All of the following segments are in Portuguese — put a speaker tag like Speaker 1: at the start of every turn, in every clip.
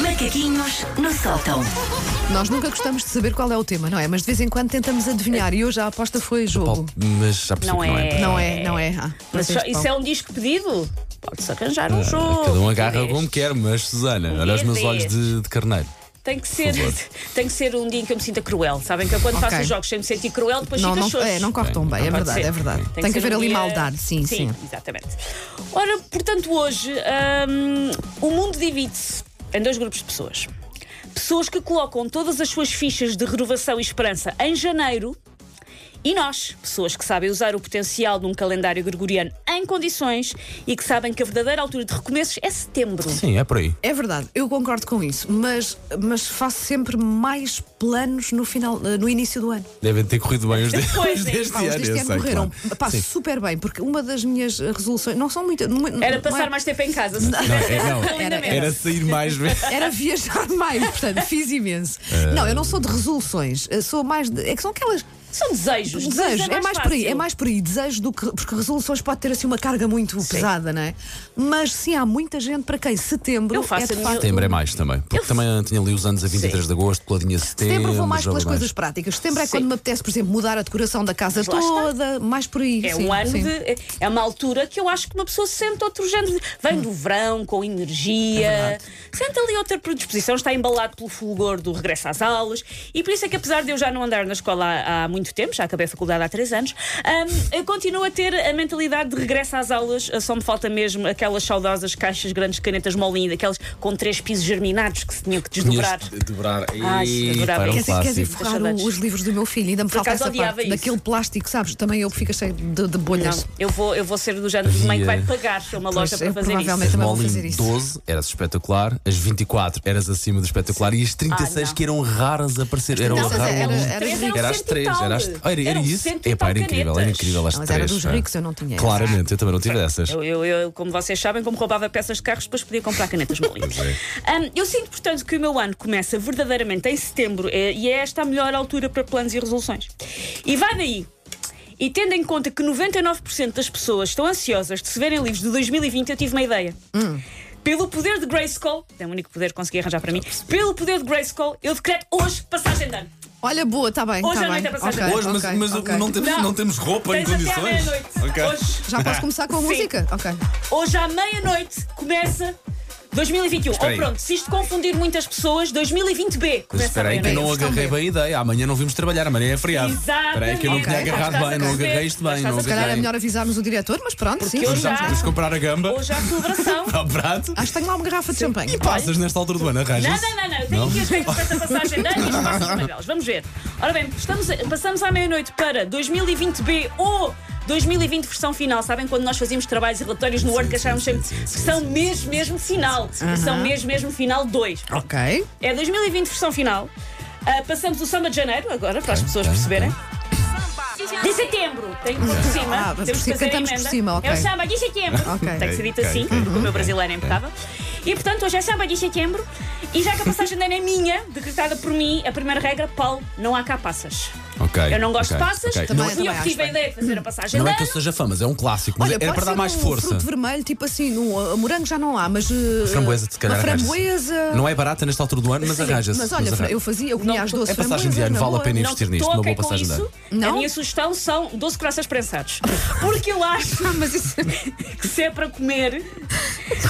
Speaker 1: Macaquinhos no sótão.
Speaker 2: Nós nunca gostamos de saber qual é o tema, não é? Mas de vez em quando tentamos adivinhar e hoje a aposta foi jogo.
Speaker 3: Mas já percebi
Speaker 4: Não
Speaker 3: que não é.
Speaker 4: é.
Speaker 2: Não é, não é. Ah,
Speaker 4: Mas
Speaker 2: vocês Ah,
Speaker 4: só- isso é
Speaker 2: estão-
Speaker 4: um disco pedido? Pode-se arranjar um jogo.
Speaker 3: Cada um agarra
Speaker 4: deste.
Speaker 3: como quer, mas Susana, olha os meus
Speaker 4: deste.
Speaker 3: olhos de, de carneiro.
Speaker 4: Tem que, ser,
Speaker 3: Por
Speaker 4: tem que ser um dia em que eu me sinta cruel. Sabem que eu quando
Speaker 2: Ok.
Speaker 4: faço os jogos sem me sentir cruel, depois
Speaker 2: não,
Speaker 4: fica
Speaker 2: não,
Speaker 4: xoxo.
Speaker 2: é, não corre tão bem, é
Speaker 3: Não pode
Speaker 2: verdade,
Speaker 4: ser.
Speaker 2: é verdade. Tem, que
Speaker 4: ser
Speaker 2: haver
Speaker 4: um
Speaker 2: ali
Speaker 4: dia-
Speaker 2: maldade, sim, sim.
Speaker 4: Exatamente. Ora, portanto, hoje hum, o mundo divide-se em dois grupos de pessoas. Pessoas que colocam todas as suas fichas de renovação e esperança em janeiro e nós, pessoas que sabem usar o potencial de um calendário gregoriano em condições e que sabem que a verdadeira altura de recomeços é setembro.
Speaker 3: Sim, é por aí.
Speaker 2: É verdade, eu concordo com isso, mas, mas faço sempre mais planos no, final, eh, no início do ano.
Speaker 3: Devem ter corrido bem os de-
Speaker 4: Pois,
Speaker 3: os
Speaker 4: sim.
Speaker 3: deste
Speaker 2: Pá,
Speaker 3: ano.
Speaker 2: os deste
Speaker 3: eu
Speaker 2: ano
Speaker 3: sei,
Speaker 2: correram
Speaker 3: claro.
Speaker 2: pá,
Speaker 3: Sim.
Speaker 2: super bem, porque uma das minhas eh, resoluções, não são muitas. mu- não
Speaker 4: Era
Speaker 2: é-
Speaker 4: passar mais tempo em casa. Se
Speaker 3: Não,
Speaker 4: tivesse
Speaker 3: é- não,
Speaker 4: ainda
Speaker 2: era-
Speaker 4: menos.
Speaker 3: era sair mais vezes.
Speaker 2: Era viajar mais, portanto, fiz imenso.
Speaker 3: É.
Speaker 2: Não, eu não sou de resoluções, eh, sou mais de. É que são aquelas.
Speaker 4: São desejos.
Speaker 2: Desejos, é mais por aí, é
Speaker 4: fácil.
Speaker 2: mais por aí, desejo do que. Porque resoluções pode ter assim uma carga muito pesada, não é? Mas sim, há muita gente para quem setembro.
Speaker 4: Eu faço
Speaker 2: é de
Speaker 4: a minha-
Speaker 2: facto-
Speaker 3: Setembro é mais também. Porque
Speaker 4: Eu-
Speaker 3: também tinha ali os anos a 23 de agosto, coladinha setembro.
Speaker 2: Setembro vou mais
Speaker 3: jogo
Speaker 2: pelas coisas práticas. Setembro é
Speaker 4: Sim.
Speaker 2: quando me apetece, por exemplo, mudar a decoração da casa
Speaker 4: lá está.
Speaker 2: toda, mais por aí.
Speaker 4: É
Speaker 2: sim,
Speaker 4: um ano
Speaker 2: sim.
Speaker 4: de. é- É uma altura que eu acho que uma pessoa se sente outro género. de- Vem do verão, com energia,
Speaker 2: É
Speaker 4: sente ali outra predisposição, está embalado pelo fulgor do regresso às aulas. E por isso é que, apesar de eu já não andar na escola há, há muito tempo, já acabei a faculdade há três anos, hum, eu continuo a ter a mentalidade de regresso às aulas. Só me falta mesmo aquelas saudosas caixas grandes, de canetas molinhas, aquelas com três pisos germinados que se tinham que desdobrar.
Speaker 3: Tinhas de dobrar.
Speaker 4: Ai,
Speaker 3: Ih,
Speaker 4: adorava
Speaker 3: pá, era um
Speaker 2: Quer
Speaker 4: isso.
Speaker 2: dizer, quer dizer,
Speaker 3: clássico.
Speaker 2: forrar
Speaker 4: Saudades.
Speaker 2: o- os livros do meu filho, ainda me falta
Speaker 4: acaso
Speaker 2: essa
Speaker 4: odiava
Speaker 2: parte
Speaker 4: isso.
Speaker 2: daquele plástico, sabes? Também eu fico cheio de, de bolhas.
Speaker 4: Não, eu vou, eu vou ser do género de mãe que vai
Speaker 3: Havia-
Speaker 4: pagar uma
Speaker 2: Pois, é,
Speaker 4: loja
Speaker 2: eu
Speaker 4: para fazer isso.
Speaker 2: provavelmente-
Speaker 3: As
Speaker 2: também vou
Speaker 3: Molin
Speaker 2: fazer isso.
Speaker 3: 12 eras espetacular, as 24 eras acima do espetacular e as 36
Speaker 4: Ah, não.
Speaker 3: que eram raras a aparecer. Eram
Speaker 2: Não,
Speaker 3: raras.
Speaker 2: mas era- era-
Speaker 3: Era,
Speaker 2: era
Speaker 3: às
Speaker 4: cento e
Speaker 3: 3,
Speaker 4: tal.
Speaker 3: era às Ah, Era, era
Speaker 4: Eram
Speaker 3: isso?
Speaker 4: cento e
Speaker 3: Epá, era
Speaker 4: tal
Speaker 3: incrível, era
Speaker 4: canetas.
Speaker 3: incrível às
Speaker 2: Mas
Speaker 3: 3.
Speaker 2: era dos ricos, eu não tinha essa.
Speaker 3: Claramente, eu também não tive dessas.
Speaker 4: Eu, eu- eu, como vocês sabem, como roubava peças de carros, depois podia comprar canetas molinhas.
Speaker 3: é.
Speaker 4: eu sinto, portanto, que o meu ano começa verdadeiramente em setembro eh, e é esta a melhor altura para planos e resoluções. E vai daí. E tendo em conta que 99% das pessoas estão ansiosas de se verem livros de 2020, eu tive uma ideia. Pelo poder de Grayskull, é o único poder que consegui arranjar para mim, pelo poder de Grayskull, eu decreto hoje passagem de ano.
Speaker 2: Olha, boa, está bem.
Speaker 4: Hoje
Speaker 2: tá
Speaker 4: à noite
Speaker 2: bem.
Speaker 4: é passagem.
Speaker 2: Ok,
Speaker 3: Hoje, mas,
Speaker 2: ok,
Speaker 3: mas
Speaker 2: ok.
Speaker 3: Não, temos, não.
Speaker 4: Não.
Speaker 3: temos roupa em
Speaker 4: Tens até à
Speaker 3: condições.
Speaker 4: meia-noite.
Speaker 3: Ok.
Speaker 4: Hoje.
Speaker 2: Já posso começar com a
Speaker 4: Sim.
Speaker 2: música? Ok.
Speaker 4: Hoje à meia-noite começa 2021. Ou
Speaker 3: Espera aí.
Speaker 4: um. Oh, pronto, se isto confundir muitas pessoas, 2020B
Speaker 3: Mas
Speaker 4: começa
Speaker 3: espera aí que eu
Speaker 4: à
Speaker 3: não
Speaker 2: Bem,
Speaker 3: agarrei
Speaker 2: estão
Speaker 3: bem a ideia. Amanhã não vimos trabalhar, amanhã é feriado.
Speaker 4: Exatamente.
Speaker 3: Espera aí que eu não tinha
Speaker 2: Ok.
Speaker 3: agarrado
Speaker 2: Estás a
Speaker 3: bem, não
Speaker 4: perceber.
Speaker 3: agarrei isto bem.
Speaker 4: Estás
Speaker 3: Não
Speaker 4: a
Speaker 2: Se calhar é
Speaker 3: agarrei.
Speaker 2: melhor avisarmos o diretor, mas pronto, sim.
Speaker 4: eu
Speaker 2: sim.
Speaker 3: Já
Speaker 4: já-
Speaker 3: depois de comprar a gamba,
Speaker 4: Hoje há celebração.
Speaker 3: ao prato.
Speaker 2: Acho que tenho lá uma garrafa de champanhe.
Speaker 3: Passas nesta altura do ano,
Speaker 4: Não,
Speaker 3: arranjas.
Speaker 4: não, não, não. Tenho aqui as regras desta passagem de ano e os passos amarelos. Vamos ver. Ora bem, estamos a- passamos à meia-noite para 2020B ou 2020 versão final. Sabem quando nós fazíamos trabalhos e relatórios no Word que achávamos sempre que são mesmo, mesmo final. São mesmo, mesmo final 2.
Speaker 2: Ok.
Speaker 4: É 2020 versão final. Ah, passamos o samba de janeiro agora, para as pessoas perceberem. De setembro, tem que pôr por cima.
Speaker 2: Ah, mas por
Speaker 4: Temos que
Speaker 2: cima,
Speaker 4: fazer a
Speaker 2: cantamos por
Speaker 4: emenda.
Speaker 2: cima, ok.
Speaker 4: É o samba de setembro.
Speaker 2: Ok.
Speaker 4: Tem que ser dito
Speaker 3: Ok,
Speaker 4: assim,
Speaker 3: ok,
Speaker 4: porque o meu brasileiro é impecável. E portanto, hoje é samba de setembro. E já que a passagem de ano é minha, decretada por mim, a primeira regra, Paulo, não há cá passas.
Speaker 3: Ok.
Speaker 4: Eu não gosto
Speaker 3: ok,
Speaker 4: de passas,
Speaker 3: ok.
Speaker 2: Também-
Speaker 4: e eu que
Speaker 2: acho
Speaker 4: tive a
Speaker 2: bem.
Speaker 4: ideia de fazer a passagem
Speaker 3: Não
Speaker 4: de
Speaker 3: é que eu
Speaker 4: ano.
Speaker 3: seja fama, mas é um clássico. Mas
Speaker 2: Olha,
Speaker 3: era
Speaker 2: pode
Speaker 3: para dar
Speaker 2: ser
Speaker 3: mais
Speaker 2: um
Speaker 3: força.
Speaker 2: fruto vermelho, tipo assim, no, a morango já não há, mas. eh,
Speaker 3: Framboesa, se calhar.
Speaker 2: Uma
Speaker 3: arranja-se.
Speaker 2: framboesa.
Speaker 3: Não é barata nesta altura do ano, mas
Speaker 2: Sim,
Speaker 3: arranja-se.
Speaker 2: Mas olha,
Speaker 3: arranja-
Speaker 2: eu fazia, eu comia
Speaker 4: Não,
Speaker 2: as doces.
Speaker 3: é passagem de
Speaker 2: framboesas
Speaker 3: ano,
Speaker 2: na
Speaker 3: vale a
Speaker 2: boa.
Speaker 3: pena
Speaker 4: Não
Speaker 3: investir nisto,
Speaker 4: estou
Speaker 3: uma
Speaker 4: ok
Speaker 3: boa
Speaker 4: com
Speaker 3: passagem de
Speaker 4: isso.
Speaker 3: ano.
Speaker 4: A
Speaker 2: Não?
Speaker 4: minha sugestão são 12 corações prensados. Porque eu acho
Speaker 2: Ah, mas isso.
Speaker 4: que se é para comer,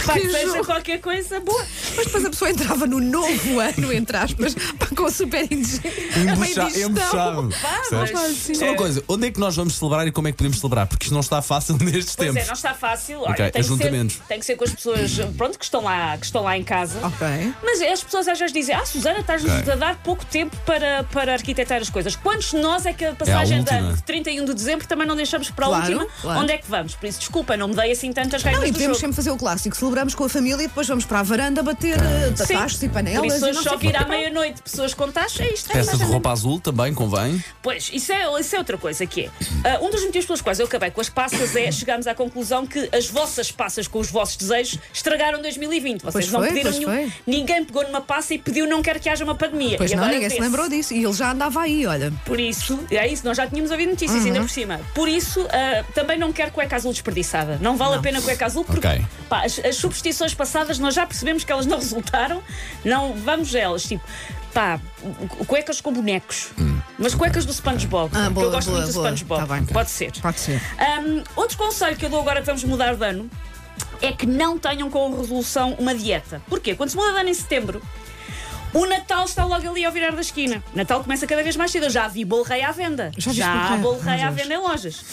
Speaker 4: pá,
Speaker 2: Que
Speaker 4: que seja
Speaker 2: jogo.
Speaker 4: qualquer coisa boa.
Speaker 2: Mas depois a pessoa entrava no novo ano, entre aspas, pá, com super
Speaker 4: é
Speaker 2: É
Speaker 3: Embucha-
Speaker 2: indigestão.
Speaker 3: Embuchado. Percebes?
Speaker 4: mas-
Speaker 3: Só uma
Speaker 4: É.
Speaker 3: coisa, onde é que nós vamos celebrar e como é que podemos celebrar? Porque isto não está fácil nestes
Speaker 4: Pois
Speaker 3: tempos.
Speaker 4: é, não está fácil. Olha,
Speaker 3: Ok,
Speaker 4: tem, que
Speaker 3: ajuntamentos.
Speaker 4: ser, tem que ser com as pessoas pronto, que, estão lá, que estão lá em casa.
Speaker 2: Ok.
Speaker 4: Mas as pessoas às vezes dizem: Ah, Susana, estás-nos
Speaker 3: Ok.
Speaker 4: a dar pouco tempo para, para arquitetar as coisas. Quantos de nós é que a passagem de
Speaker 3: última.
Speaker 4: ano de 31 de dezembro também não deixamos para
Speaker 2: Claro,
Speaker 4: a última?
Speaker 2: claro.
Speaker 4: Onde é que vamos? Por isso, desculpa, não me dei assim tantas
Speaker 2: Não,
Speaker 4: regras.
Speaker 2: e
Speaker 4: do
Speaker 2: podemos
Speaker 4: jogo.
Speaker 2: sempre fazer o clássico. Celebramos com a família e depois vamos para a varanda bater eh,
Speaker 4: Sim.
Speaker 2: tachos e
Speaker 4: Por
Speaker 2: panelas.
Speaker 4: isso,
Speaker 2: e
Speaker 4: hoje
Speaker 2: não sei
Speaker 4: só
Speaker 2: o quê.
Speaker 4: vir à meia-noite pessoas com taxa, é isto. é
Speaker 3: Peças de
Speaker 4: exatamente.
Speaker 3: roupa azul também convém.
Speaker 4: Pois, isso é, isso é outra coisa que é. Ah, um dos motivos pelos quais eu acabei com as passas é chegarmos à conclusão que as vossas passas com os vossos desejos estragaram 2020. Vocês
Speaker 2: Pois
Speaker 4: não
Speaker 2: foi,
Speaker 4: pediram
Speaker 2: pois
Speaker 4: nenhum.
Speaker 2: foi.
Speaker 4: Ninguém pegou numa passa e pediu não quero que haja uma pandemia.
Speaker 2: Pois
Speaker 4: E
Speaker 2: não,
Speaker 4: agora
Speaker 2: ninguém se
Speaker 4: vê-se.
Speaker 2: lembrou disso. E ele já andava aí, olha.
Speaker 4: Por isso, é isso, nós já tínhamos ouvido notícias ainda por cima. Por isso, ah, também não quero cueca azul desperdiçada. Não vale a pena cueca azul porque
Speaker 3: Ok.
Speaker 4: pá, as, as superstições passadas nós já percebemos que elas não resultaram. Não vamos a elas, tipo, pá, cuecas com bonecos. Mas cuecas do SpongeBob.
Speaker 2: Ah,
Speaker 4: porque
Speaker 2: boa,
Speaker 4: eu gosto
Speaker 2: boa,
Speaker 4: muito
Speaker 2: boa.
Speaker 4: do SpongeBob.
Speaker 2: Tá bem.
Speaker 4: Pode ser.
Speaker 2: Pode ser.
Speaker 4: Ahm, outro conselho que eu dou agora que vamos mudar de ano é que não tenham como resolução uma dieta. Porquê? Quando se muda de ano em setembro, o Natal está logo ali ao virar da esquina. Natal começa cada vez mais cedo. Eu já vi bolo rei à venda.
Speaker 2: Já viste bolo
Speaker 4: já há
Speaker 2: rei?
Speaker 4: bolo rei
Speaker 2: Meu
Speaker 4: à
Speaker 2: Deus.
Speaker 4: venda em lojas.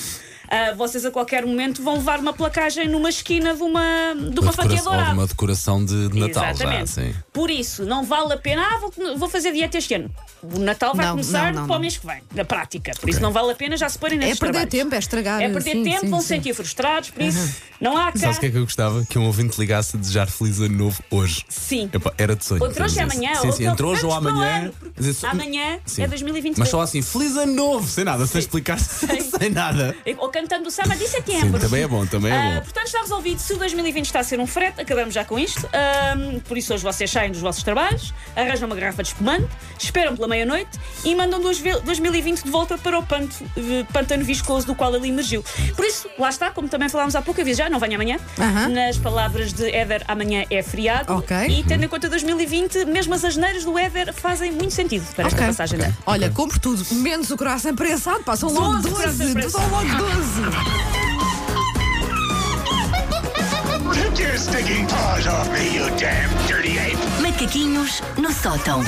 Speaker 4: Ah, vocês a qualquer momento vão levar uma placagem numa esquina de uma, de uma
Speaker 3: decoração, ou
Speaker 4: fatia
Speaker 3: de
Speaker 4: dourada.
Speaker 3: uma decoração de, de Natal já,
Speaker 4: Exatamente.
Speaker 3: sim.
Speaker 4: Por isso, não vale a pena. Ah, vou, vou fazer dieta este ano. O Natal vai
Speaker 2: Não,
Speaker 4: começar
Speaker 2: não, não,
Speaker 4: para o
Speaker 2: não.
Speaker 4: mês que vem, na prática. Por isso, não vale a pena já se porem
Speaker 2: É
Speaker 4: nesses
Speaker 2: perder
Speaker 4: trabalhos.
Speaker 2: tempo, é estragar.
Speaker 4: É
Speaker 3: Ah,
Speaker 4: perder
Speaker 2: sim,
Speaker 4: tempo,
Speaker 2: sim,
Speaker 4: vão se
Speaker 2: sim.
Speaker 4: sentir frustrados, por isso não há cá.
Speaker 3: Sabes o que é que eu gostava? Que um ouvinte ligasse a desejar feliz ano novo hoje.
Speaker 4: Sim.
Speaker 3: Epá, era de sonho.
Speaker 4: Ou entre hoje e
Speaker 3: termos
Speaker 4: amanhã,
Speaker 3: isso.
Speaker 4: ou
Speaker 3: Sim, sim,
Speaker 4: então
Speaker 3: entre hoje ou
Speaker 4: antes para o
Speaker 3: amanhã.
Speaker 4: ano, porque
Speaker 3: Dizer,
Speaker 4: amanhã é 2023.
Speaker 3: Mas só assim, feliz ano novo, sem nada, sem explicar,
Speaker 4: Sim.
Speaker 3: sem nada.
Speaker 4: Ou cantando o samba de
Speaker 3: Sim,
Speaker 4: setembro.
Speaker 3: também é bom, também é
Speaker 4: Ah,
Speaker 3: bom.
Speaker 4: portanto, está resolvido. Se o 2020 está a ser um frete, acabamos já com isto. Ahm, por isso, hoje vocês saem dos vossos trabalhos, arranjam uma garrafa de espumante, esperam pela meia-noite e mandam dois ve- 2020 de volta para o panto, eh, pântano viscoso do qual ele emergiu. Por isso, lá está, como também falámos há pouco, eu aviso já, não venha amanhã.
Speaker 2: Aham.
Speaker 4: Nas palavras de Éder, amanhã é feriado.
Speaker 2: Ok.
Speaker 4: E tendo em conta 2020, mesmo as asneiras do Éder fazem muito sentido para esta
Speaker 2: Ok.
Speaker 4: passagem é? de ano.
Speaker 2: Olha, compro tudo, menos o coração prensado, pá, são logo
Speaker 4: Doze croissants
Speaker 2: 12, são
Speaker 4: prensados.
Speaker 2: logo 12.
Speaker 5: Take your stinking paws off me, you damn dirty ape!
Speaker 1: Macaquinhos no sótão.